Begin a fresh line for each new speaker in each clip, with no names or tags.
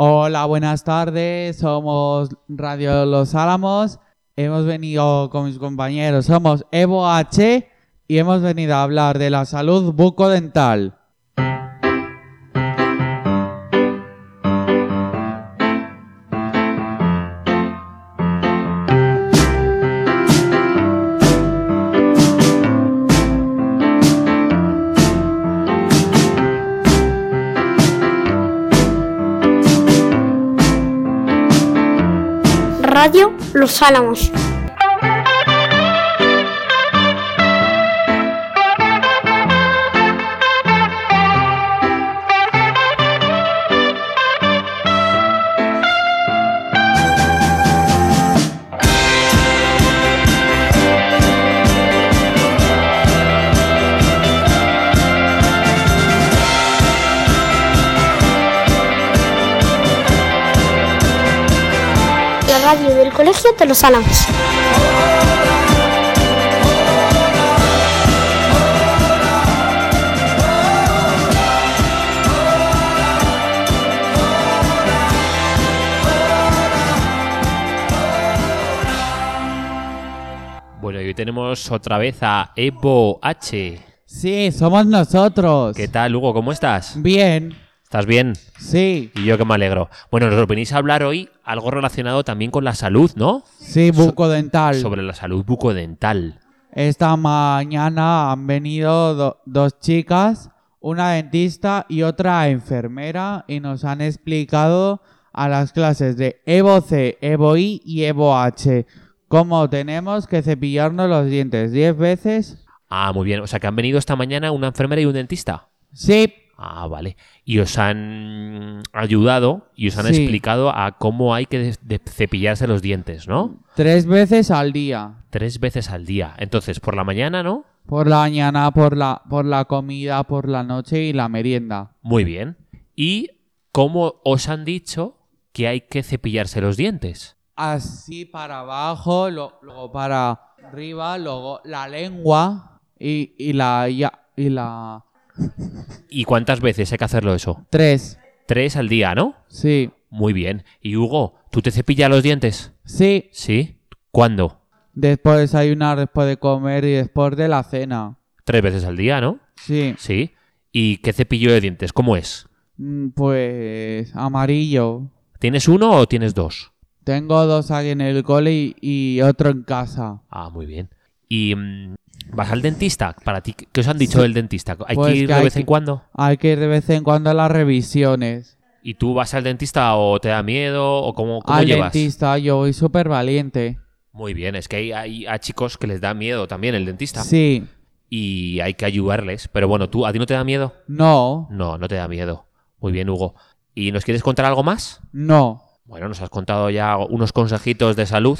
Hola, buenas tardes. Somos Radio Los Álamos. Hemos venido con mis compañeros. Somos Evo H. Y hemos venido a hablar de la salud bucodental.
Radio Los Álamos. La radio del Colegio de Los Álamos.
Bueno, y hoy tenemos otra vez a Evo H.
Sí, somos nosotros.
¿Qué tal, Hugo? ¿Cómo estás?
Bien.
¿Estás bien?
Sí.
Y yo que me alegro. Bueno, nos venís a hablar hoy algo relacionado también con la salud, ¿no?
Sí, bucodental.
Sobre la salud bucodental.
Esta mañana han venido do- dos chicas, una dentista y otra enfermera, y nos han explicado a las clases de Evo C, Evo I y Evo H cómo tenemos que cepillarnos los dientes 10 veces.
Ah, muy bien. O sea, que han venido esta mañana una enfermera y un dentista.
Sí,
Ah, vale. Y os han ayudado y os han
Sí.
explicado a cómo hay que de- de- cepillarse los dientes, ¿no?
tres veces al día.
Tres veces al día. Entonces, por la mañana, ¿no?
Por la mañana, por la, por la comida, por la noche y la merienda.
Muy bien. ¿Y cómo os han dicho que hay que cepillarse los dientes?
así para abajo, lo- luego para arriba, luego la lengua y, y la ya- y la
¿Y cuántas veces hay que hacerlo eso?
tres.
Tres al día, ¿no?
Sí,
Muy bien. Y Hugo, ¿tú te cepillas los dientes?
sí.
¿Sí? ¿Cuándo?
Después de desayunar, después de comer y después de la cena.
Tres veces al día, ¿no?
Sí,
Sí. ¿Y qué cepillo de dientes? ¿Cómo es?
Mm, pues amarillo.
¿Tienes uno o tienes dos?
Tengo dos aquí en el cole y, y otro en casa.
Ah, muy bien. ¿Y mm, vas al dentista? ¿Para ti qué os han dicho del dentista? ¿Hay
Pues
que ir
que
de
hay
vez
que-
en cuando?
Hay que ir de vez en cuando a las revisiones.
¿Y tú vas al dentista o te da miedo o cómo, cómo
Al
llevas?
dentista yo voy súper valiente.
Muy bien, es que hay, hay a chicos que les da miedo también el dentista
Sí,
y hay que ayudarles. Pero bueno, ¿tú a ti no te da miedo?
no,
No, no te da miedo. Muy bien, Hugo. ¿Y nos quieres contar algo más?
no.
Bueno, nos has contado ya unos consejitos de salud.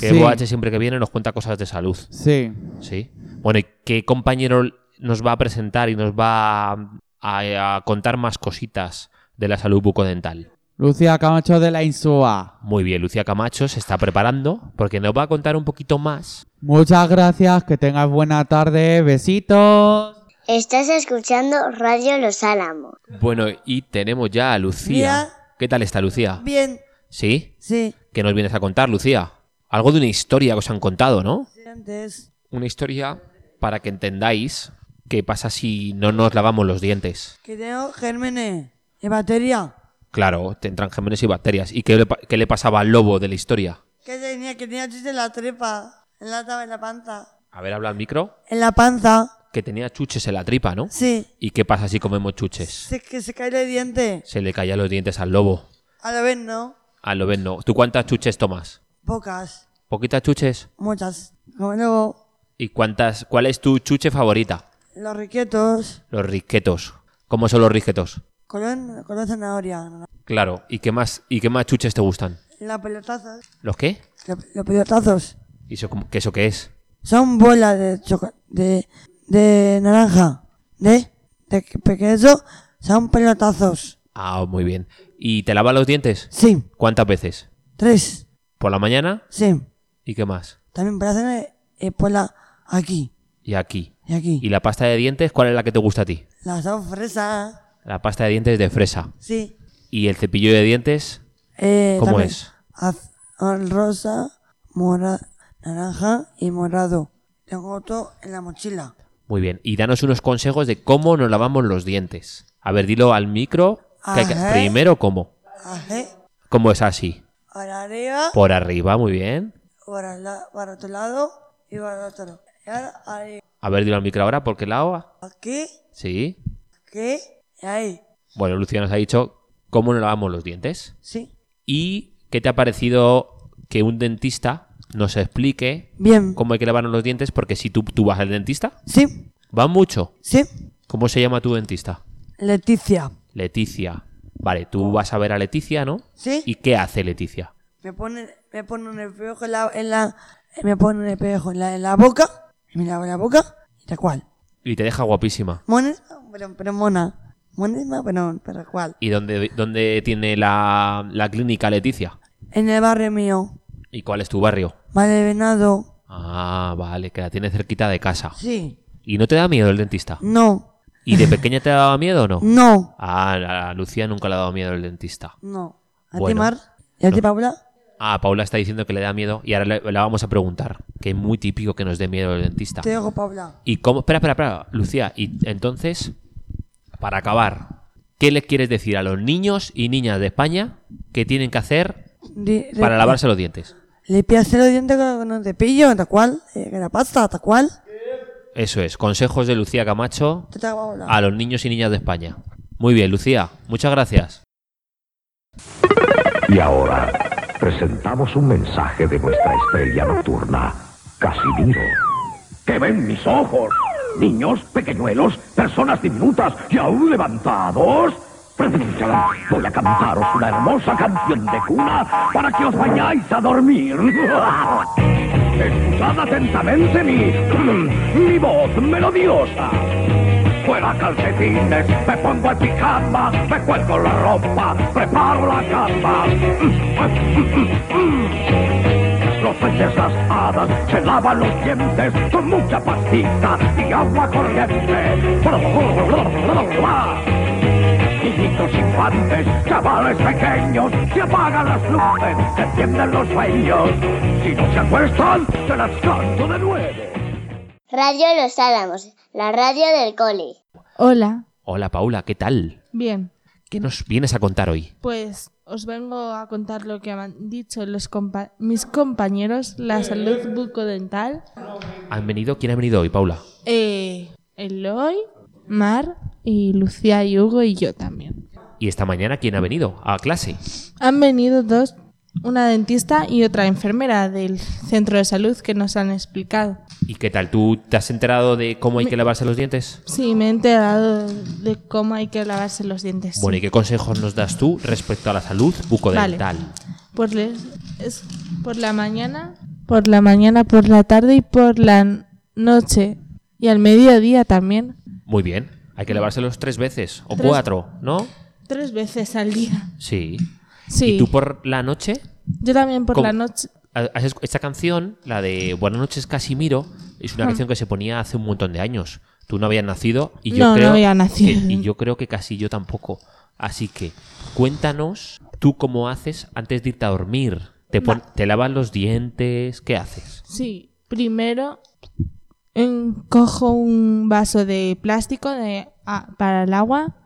Que
Sí.
Evo H siempre que viene nos cuenta cosas de salud.
Sí.
Sí. Bueno, ¿y qué compañero nos va a presentar y nos va a, a- a contar más cositas de la salud bucodental?
Lucía Camacho de la Insua.
Muy bien, Lucía Camacho se está preparando porque nos va a contar un poquito más.
Muchas gracias, que tengas buena tarde, besitos.
Estás escuchando Radio Los Álamos.
Bueno, y tenemos ya a Lucía.
Mira.
¿Qué tal está Lucía?
Bien,
¿Sí?
sí.
¿Qué nos vienes a contar, Lucía? Algo de una historia que os han contado, ¿no?
Antes,
una historia para que entendáis qué pasa si no nos lavamos los dientes.
que tengo gérmenes de bacteria.
Claro, tendrán gérmenes y bacterias. ¿Y qué le, pa- qué le pasaba al lobo de la historia?
Que tenía, que tenía chiste en la trepa. En la taba, en la panza.
A ver, habla al micro.
En la panza,
Que tenía chuches en la tripa, ¿no?
sí.
¿Y qué pasa si comemos chuches?
Se, que se cae el diente.
Se le caían los dientes al lobo.
A la vez, ¿no?
Al lobo no. ¿Tú cuántas chuches tomas?
Pocas,
¿Poquitas chuches?
muchas. Como luego,
¿Y cuántas? ¿Cuál es tu chuche favorita?
los riquetos,
Los risquetos. ¿Cómo son los risquetos?
color, color zanahoria.
Claro. ¿Y qué más? ¿Y qué más chuches te gustan?
Los pelotazos,
¿Los qué?
los, los pelotazos.
¿Y eso, cómo- qué- eso qué es?
Son bolas de choco- de, de naranja. De, de pequeño, son pelotazos.
Ah, muy bien. ¿Y te lavas los dientes?
Sí,
¿Cuántas veces?
tres,
¿Por la mañana?
sí.
¿Y qué más?
También para hacer eh, pues la aquí
Y aquí.
y aquí.
¿Y la pasta de dientes? ¿Cuál es la que te gusta a ti?
Las dos fresas.
La pasta de dientes de fresa.
Sí.
¿Y el cepillo de dientes?
Eh,
¿Cómo
también
es?
az- al rosa, mora, naranja y morado. Tengo otro en la mochila.
Muy bien. Y danos unos consejos de cómo nos lavamos los dientes. A ver, dilo al micro. que hay que-
Ajá.
primero, ¿cómo?
Aje,
¿Cómo es así?
para arriba,
Por arriba, muy bien.
para, la- para otro lado y para otro. Y ahora ahí,
A ver, dilo al micro ahora, ¿por qué lado?
aquí,
Sí.
aquí y ahí.
Bueno, Lucía nos ha dicho cómo nos lavamos los dientes.
Sí.
¿Y qué te ha parecido que un dentista nos explique
Bien.
cómo hay que lavarnos los dientes? Porque si tú, tú vas al dentista,
Sí,
va mucho.
sí.
¿Cómo se llama tu dentista?
Leticia.
Leticia. Vale, tú vas a ver a Leticia, ¿no?
Sí.
¿Y qué hace Leticia?
Me pone, me pone un espejo en la, en la- me pone un espejo en la, en la boca, me lavo la boca y tal cual.
Y te deja guapísima.
Monesma, pero, pero mona. Monesma, pero, pero cual.
¿Y dónde, dónde tiene la, la clínica Leticia?
En el barrio mío,
¿Y cuál es tu barrio?
vale venado.
Ah, vale, que la tiene cerquita de casa.
Sí.
¿Y no te da miedo el dentista?
No,
¿Y de pequeña te daba miedo o no?
no,
Ah, a Lucía nunca le ha dado miedo el dentista.
no. ¿A ti,
Bueno.
Mar? ¿Y a ti, Paula?
Ah, Paula está diciendo que le da miedo y ahora le, la vamos a preguntar, que es muy típico que nos dé miedo el dentista.
Te dejo, Paula.
¿Y cómo? Espera, espera, espera, Lucía. Y entonces, para acabar, ¿qué les quieres decir a los niños y niñas de España que tienen que hacer
Di-
para
le-
lavarse los dientes?
Limpiarse los dientes con, con un cepillo, tal cual. eh, con la pasta, tal cual.
Eso es, consejos de Lucía Camacho
Te dejo, Paula.
a los niños y niñas de España. Muy bien, Lucía, muchas gracias.
Y ahora presentamos un mensaje de nuestra estrella nocturna, Casimiro. ¡Que ven mis ojos! Niños, pequeñuelos, personas diminutas y aún levantados. Voy a cantaros una hermosa canción de cuna para que os vayáis a dormir. Escuchad atentamente mi, mi voz melodiosa. Fuera calcetines, me pongo en pijama, me cuelgo la ropa, preparo la cama. Los reyes, las hadas, se lavan los dientes con mucha pastita y agua corriente. Niñitos infantes, chavales pequeños, se apagan las luces, se encienden los sueños. Si no se acuestan, se las canto de nuevo.
Radio Los Álamos, la radio del cole.
Hola,
Hola, Paula, ¿qué tal?
bien,
¿Qué nos vienes a contar hoy?
pues os vengo a contar lo que me han dicho los compa- mis compañeros, la salud bucodental,
¿Han venido? ¿Quién ha venido hoy, Paula?
eh, Eloy, Mar y Lucía y Hugo y yo también.
¿Y esta mañana quién ha venido a clase?
Han venido dos, una dentista y otra enfermera del centro de salud que nos han explicado.
¿Y qué tal? ¿Tú te has enterado de cómo hay que lavarse los dientes?
Sí, me he enterado de cómo hay que lavarse los dientes.
Bueno, ¿y qué consejos nos das tú respecto a la salud bucodental?
Por, les- es por la mañana, por la mañana, por la tarde y por la n- noche. Y al mediodía también.
Muy bien. Hay que lavárselos tres veces o
Tres-
cuatro, ¿no?
Tres veces al día.
Sí.
Sí.
¿Y tú por la noche?
Yo también por
¿Cómo?
la noche.
¿Has escu- Esta canción, la de Buenas noches Casimiro, es
Hmm.
una canción que se ponía hace un montón de años. Tú no habías nacido y yo
No, no
creo
había nacido.
que- y yo creo que casi yo tampoco. Así que cuéntanos tú cómo haces antes de irte a dormir. ¿Te, pon- te lavas los dientes? ¿Qué haces?
Sí. Primero en- cojo un vaso de plástico de, ah, para el agua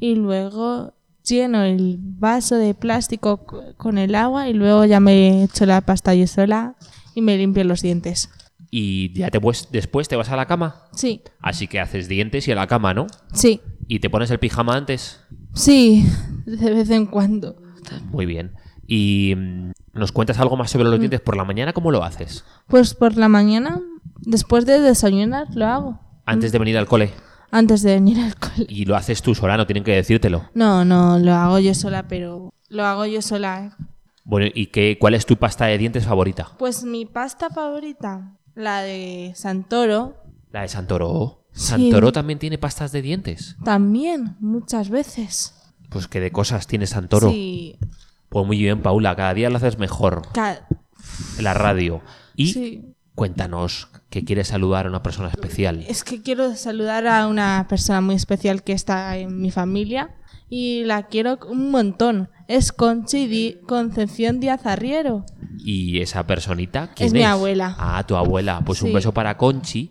y luego lleno el vaso de plástico co- con el agua y luego ya me echo la pasta yo sola y me limpio los dientes.
Y ya te pues- después te vas a la cama.
Sí,
Así que haces dientes y a la cama, ¿no?
sí.
Y te pones el pijama antes.
Sí, de vez en cuando.
Muy bien. Y mm, nos cuentas algo más sobre
Mm.
los dientes por la mañana, ¿cómo lo haces?
Pues por la mañana, después de desayunar, lo hago.
Antes de venir al cole.
Antes de venir al cole.
Y lo haces tú sola, no tienen que decírtelo.
No, no, lo hago yo sola, pero lo hago yo sola. ¿eh?
Bueno, ¿y qué, cuál es tu pasta de dientes favorita?
Pues mi pasta favorita, la de Santoro,
La de Santoro.
Sí.
Santoro también tiene pastas de dientes.
también muchas veces.
Pues qué de cosas tiene Santoro.
Sí.
Pues muy bien, Paula, cada día lo haces mejor.
ca-
La radio. Y
sí.
cuéntanos que quieres saludar a una persona especial.
Es que quiero saludar a una persona muy especial que está en mi familia y la quiero un montón. Es Conchi Di- Concepción Díaz Arriero.
¿Y esa personita? ¿Quién es?
Es mi abuela.
Ah, tu abuela. Pues un
Sí.
beso para Conchi,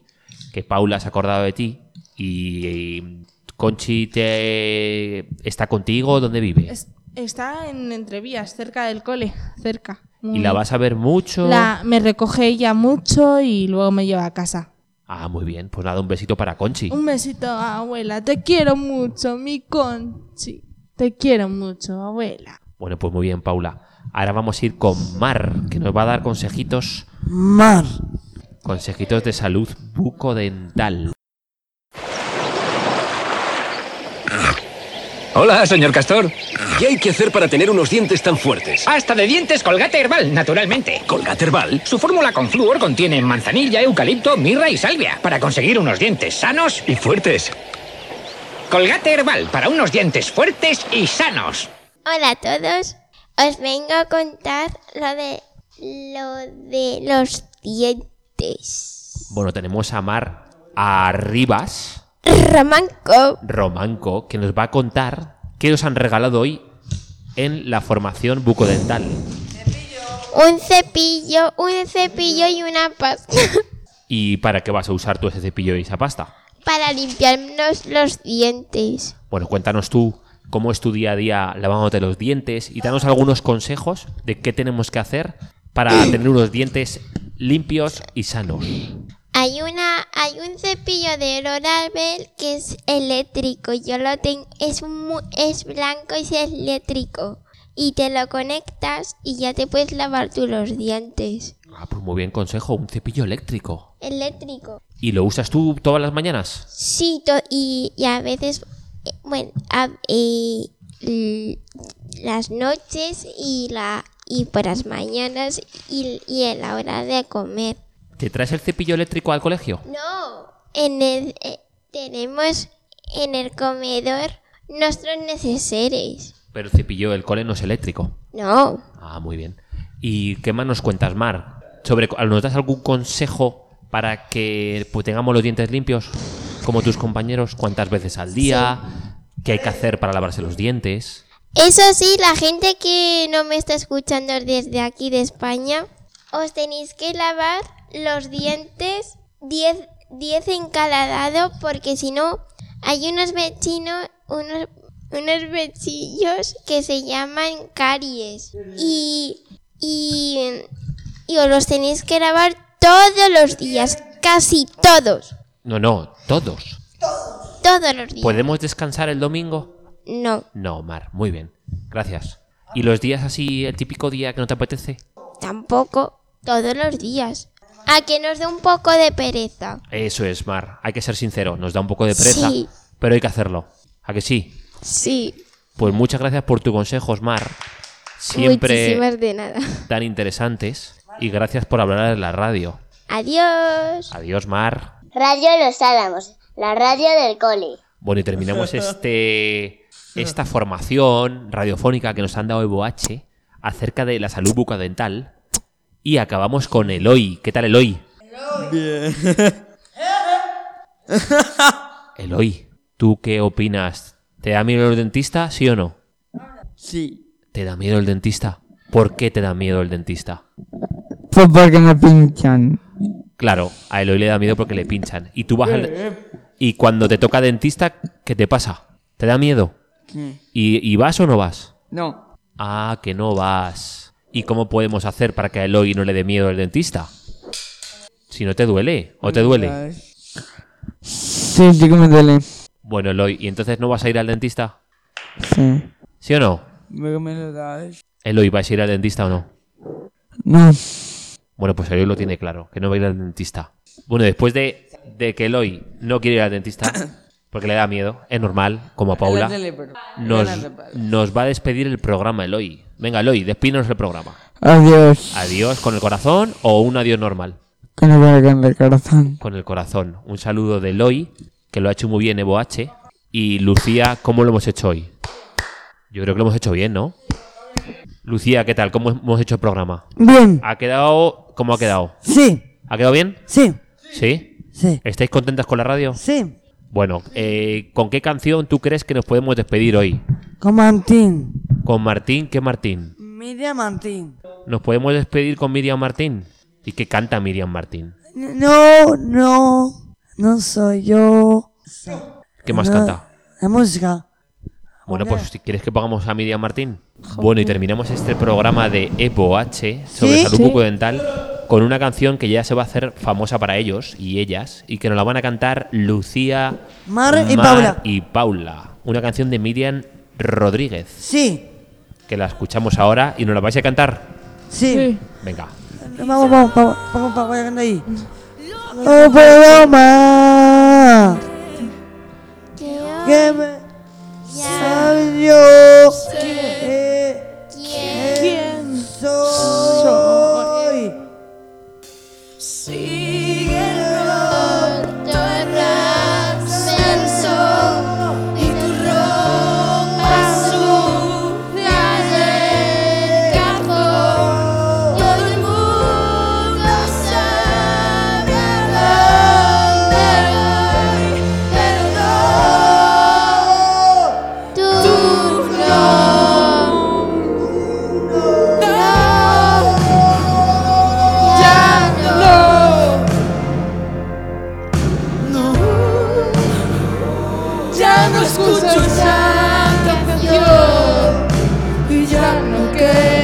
que Paula se ha acordado de ti. Y, y Conchi te está contigo, ¿dónde vive?
Es- está en Entrevías, cerca del cole, cerca.
Y la vas a ver mucho.
La- me recoge ella mucho y luego me lleva a casa.
Ah, muy bien. Pues nada, un besito para Conchi.
Un besito, abuela. Te quiero mucho, mi Conchi. Te quiero mucho, abuela.
Bueno, pues muy bien, Paula. Ahora vamos a ir con Mar, que nos va a dar consejitos,
Mar.
consejitos de salud bucodental.
Hola, señor Castor. ¿Qué hay que hacer para tener unos dientes tan fuertes?
Hasta de dientes Colgate Herbal, naturalmente.
Colgate Herbal.
Su fórmula con flúor contiene manzanilla, eucalipto, mirra y salvia para conseguir unos dientes sanos.
Y fuertes.
Colgate Herbal para unos dientes fuertes y sanos.
Hola a todos. Os vengo a contar lo de lo de los dientes.
Bueno, tenemos a Mar Arribas
Romanco.
Romanco, que nos va a contar qué nos han regalado hoy en la formación bucodental.
Un cepillo, un cepillo y una pasta
¿Y para qué vas a usar tú ese cepillo y esa pasta?
para limpiarnos los dientes.
Bueno, cuéntanos tú cómo es tu día a día lavándote los dientes y danos algunos consejos de qué tenemos que hacer para tener unos dientes limpios y sanos.
Hay una, hay un cepillo de Oral-B que es eléctrico. Yo lo tengo, es mu- es blanco y es eléctrico. Y te lo conectas y ya te puedes lavar tú los dientes.
Ah, pues muy bien consejo, un cepillo eléctrico.
Eléctrico.
¿Y lo usas tú todas las mañanas?
Sí, to- y, y a veces, eh, bueno, a- eh, l- las noches y la y por las mañanas y, y en la hora de comer.
¿Te traes el cepillo eléctrico al colegio?
No, en el eh, tenemos en el comedor nuestros neceseres.
Pero el cepillo del cole no es eléctrico.
No,
Ah, muy bien. ¿Y qué más nos cuentas, Mar? Sobre, ¿Nos das algún consejo para que pues, tengamos los dientes limpios como tus compañeros? ¿Cuántas veces al día? ¿Qué hay que hacer para lavarse los dientes?
Eso sí, la gente que no me está escuchando desde aquí de España, os tenéis que lavar los dientes 10 10 en cada lado porque si no hay unos vecinos, unos, unos vecillos que se llaman caries y, y, y os los tenéis que lavar todos los días, casi todos,
No, no, todos.
todos los días.
¿Podemos descansar el domingo?
No,
No, Mar, muy bien. Gracias. ¿Y los días así, el típico día que no te apetece?
tampoco, todos los días. A que nos dé un poco de pereza.
Eso es, Mar. Hay que ser sincero. Nos da un poco de pereza,
Sí.
pero hay que hacerlo. ¿A que sí?
Sí,
Pues muchas gracias por tus consejos, Mar. Siempre
muchísimas de nada.
tan interesantes. Y gracias por hablar en la radio.
Adiós.
Adiós, Mar.
Radio Los Álamos, la radio del cole.
Bueno, y terminamos este, esta formación radiofónica que nos han dado EBOH acerca de la salud bucodental. Y acabamos con Eloy. ¿Qué tal, Eloy? Bien. Eloy, ¿tú qué opinas? ¿Te da miedo el dentista, sí o no?
Sí.
¿Te da miedo el dentista? ¿Por qué te da miedo el dentista?
Pues porque me pinchan.
Claro, a Eloy le da miedo porque le pinchan. Y tú vas al- Y cuando te toca dentista, ¿qué te pasa? ¿Te da miedo? ¿Y, y vas o no vas?
No.
Ah, que no vas. ¿Y cómo podemos hacer para que a Eloy no le dé miedo el dentista? Si no te duele, ¿o te duele?
Sí, sí que me duele.
Bueno, Eloy, ¿y entonces no vas a ir al dentista?
Sí.
¿Sí o no?
me lo das?
Eloy, ¿vais a ir al dentista o no?
No.
Bueno, pues Eloy lo tiene claro, que no va a ir al dentista. Bueno, después de, de que Eloy no quiere ir al dentista, porque le da miedo, es normal, como a Paula, nos, nos va a despedir el programa Eloy. Venga, Eloy, despídenos el programa.
Adiós.
Adiós con el corazón o un adiós normal.
Que no valgan de corazón.
Con el corazón. Un saludo de Eloy, que lo ha hecho muy bien Evo H. Y Lucía, ¿cómo lo hemos hecho hoy? Yo creo que lo hemos hecho bien, ¿no? Lucía, ¿qué tal? ¿Cómo hemos hecho el programa?
Bien.
¿Ha quedado? ¿Cómo ha quedado?
Sí.
¿Ha quedado bien?
Sí.
¿Sí?
Sí.
¿Estáis contentas con la radio?
Sí.
Bueno, eh, ¿con qué canción tú crees que nos podemos despedir hoy?
Con Martín.
Con Martín, ¿qué Martín?
Miriam Martín.
¿Nos podemos despedir con Miriam Martín? ¿Y qué canta Miriam Martín?
No, no. No soy yo.
¿Qué más
No,
canta?
La música.
Bueno, pues si quieres que pongamos a Miriam Martín. Bueno, y terminamos este programa de Epo H sobre
¿Sí?
salud
Sí.
bucodental con una canción que ya se va a hacer famosa para ellos y ellas y que nos la van a cantar Lucía,
Mar y Paula.
y Paula. Una canción de Miriam Rodríguez
Sí,
que la escuchamos ahora y nos la vais a cantar.
sí.
Sí.
Venga.
Vamos, vamos, vamos, vamos, vamos, llegando ahí. Oh, No puedo más.
Que hoy
Que me
ya
salió. eh, Que
quiero
¿Quién?
soy.
y tu ropa sucia en el cajón. Todo el mundo sabe a dónde voy, pero no, tú no. No, ya no.
Ya no escucho esa canción y ya no quiero.